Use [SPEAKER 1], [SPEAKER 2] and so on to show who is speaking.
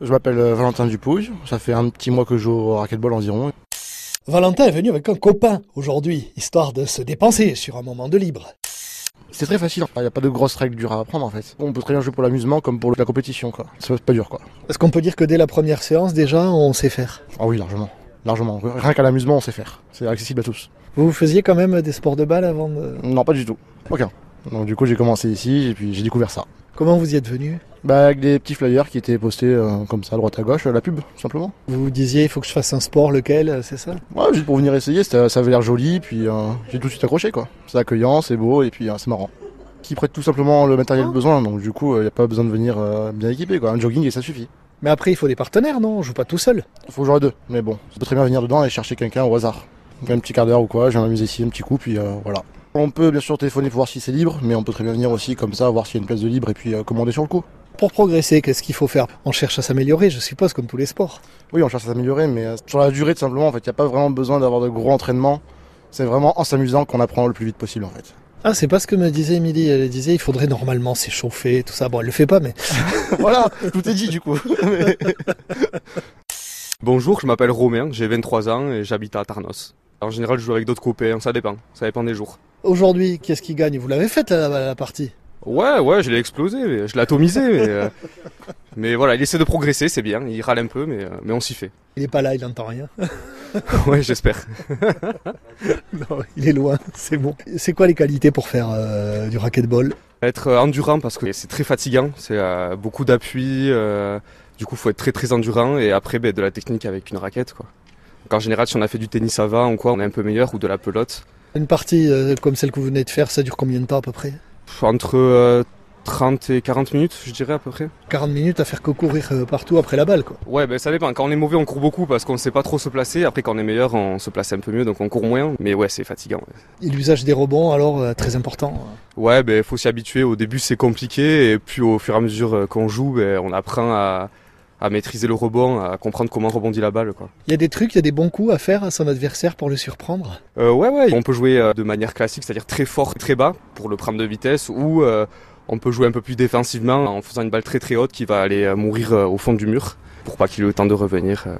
[SPEAKER 1] Je m'appelle euh, Valentin Dupouille, ça fait un petit mois que je joue au racquetball environ.
[SPEAKER 2] Valentin est venu avec un copain aujourd'hui, histoire de se dépenser sur un moment de libre.
[SPEAKER 1] C'est très facile, il n'y a pas de grosses règles dures à apprendre en fait. On peut très bien jouer pour l'amusement comme pour la compétition quoi. C'est pas dur quoi.
[SPEAKER 2] Est-ce qu'on peut dire que dès la première séance déjà on sait faire
[SPEAKER 1] Ah oui, largement. Largement. Rien qu'à l'amusement on sait faire. C'est accessible à tous.
[SPEAKER 2] Vous faisiez quand même des sports de balle avant de...
[SPEAKER 1] Non, pas du tout. Aucun. Donc du coup j'ai commencé ici et puis j'ai découvert ça.
[SPEAKER 2] Comment vous y êtes venu
[SPEAKER 1] Bah avec des petits flyers qui étaient postés euh, comme ça, à droite à gauche, euh, la pub, tout simplement.
[SPEAKER 2] Vous vous disiez il faut que je fasse un sport, lequel, euh, c'est ça
[SPEAKER 1] Ouais, juste pour venir essayer, c'était- ça avait l'air joli, puis euh, j'ai tout de suite accroché quoi. C'est accueillant, c'est beau, et puis euh, c'est marrant. Qui prête tout simplement le matériel besoin, donc du coup il n'y a pas besoin de venir euh, bien équipé quoi. Un jogging et ça suffit.
[SPEAKER 2] Mais après il faut des partenaires, non On joue pas tout seul.
[SPEAKER 1] Faut jouer à deux, mais bon, on peut très bien venir dedans et chercher quelqu'un au hasard. Donc, Un petit quart d'heure ou quoi, je viens m'amuser ici, un petit coup, puis euh, voilà. On peut bien sûr téléphoner pour voir si c'est libre, mais on peut très bien venir aussi comme ça, voir s'il y a une place de libre et puis euh, commander sur le coup.
[SPEAKER 2] Pour progresser, qu'est-ce qu'il faut faire On cherche à s'améliorer, je suppose, comme tous les sports.
[SPEAKER 1] Oui, on cherche à s'améliorer, mais euh, sur la durée, tout simplement, en fait, il n'y a pas vraiment besoin d'avoir de gros entraînements. C'est vraiment en s'amusant qu'on apprend le plus vite possible, en fait.
[SPEAKER 2] Ah, c'est pas ce que me disait Émilie. Elle disait il faudrait normalement s'échauffer, tout ça. Bon, elle le fait pas, mais
[SPEAKER 1] voilà, tout est dit, du coup.
[SPEAKER 3] Bonjour, je m'appelle Romain, j'ai 23 ans et j'habite à Tarnos. En général, je joue avec d'autres copains, ça dépend, ça dépend des jours.
[SPEAKER 2] aujourd'hui, qu'est-ce qui gagne Vous l'avez faite la, la partie
[SPEAKER 3] Ouais, ouais, je l'ai explosé, mais je l'ai atomisé, mais, euh, mais voilà, il essaie de progresser, c'est bien, il râle un peu, mais, euh, mais on s'y fait.
[SPEAKER 2] Il est pas là, il n'entend rien.
[SPEAKER 3] Ouais, j'espère.
[SPEAKER 2] Non, il est loin, c'est bon. C'est quoi les qualités pour faire euh, du racquetball
[SPEAKER 3] Être euh, endurant parce que c'est très fatigant, c'est euh, beaucoup d'appui, euh, du coup, faut être très très endurant et après, ben, de la technique avec une raquette, quoi. Donc, en général, si on a fait du tennis avant ou quoi, on est un peu meilleur ou de la pelote.
[SPEAKER 2] Une partie euh, comme celle que vous venez de faire, ça dure combien de temps à peu près
[SPEAKER 3] Pff, Entre euh, 30 et 40 minutes, je dirais à peu près.
[SPEAKER 2] 40 minutes à faire que courir euh, partout après la balle, quoi.
[SPEAKER 3] Ouais, ben ça dépend. Quand on est mauvais, on court beaucoup parce qu'on ne sait pas trop se placer. Après, quand on est meilleur, on se place un peu mieux, donc on court moins. Mais ouais, c'est fatigant. ouais.
[SPEAKER 2] Et l'usage des rebonds, alors, euh, très important.
[SPEAKER 3] Ouais, ben faut s'y habituer. Au début, c'est compliqué, et puis au fur et à mesure euh, qu'on joue, ben, on apprend à, à maîtriser le rebond, à comprendre comment rebondit la balle, quoi.
[SPEAKER 2] Il y a des trucs, il y a des bons coups à faire à son adversaire pour le surprendre.
[SPEAKER 3] Euh, ouais, ouais. On peut jouer euh, de manière classique, c'est-à-dire très fort, très bas pour le prendre de vitesse, ou euh, on peut jouer un peu plus défensivement en faisant une balle très très haute qui va aller euh, mourir euh, au fond du mur pour pas qu'il ait le temps de revenir. euh.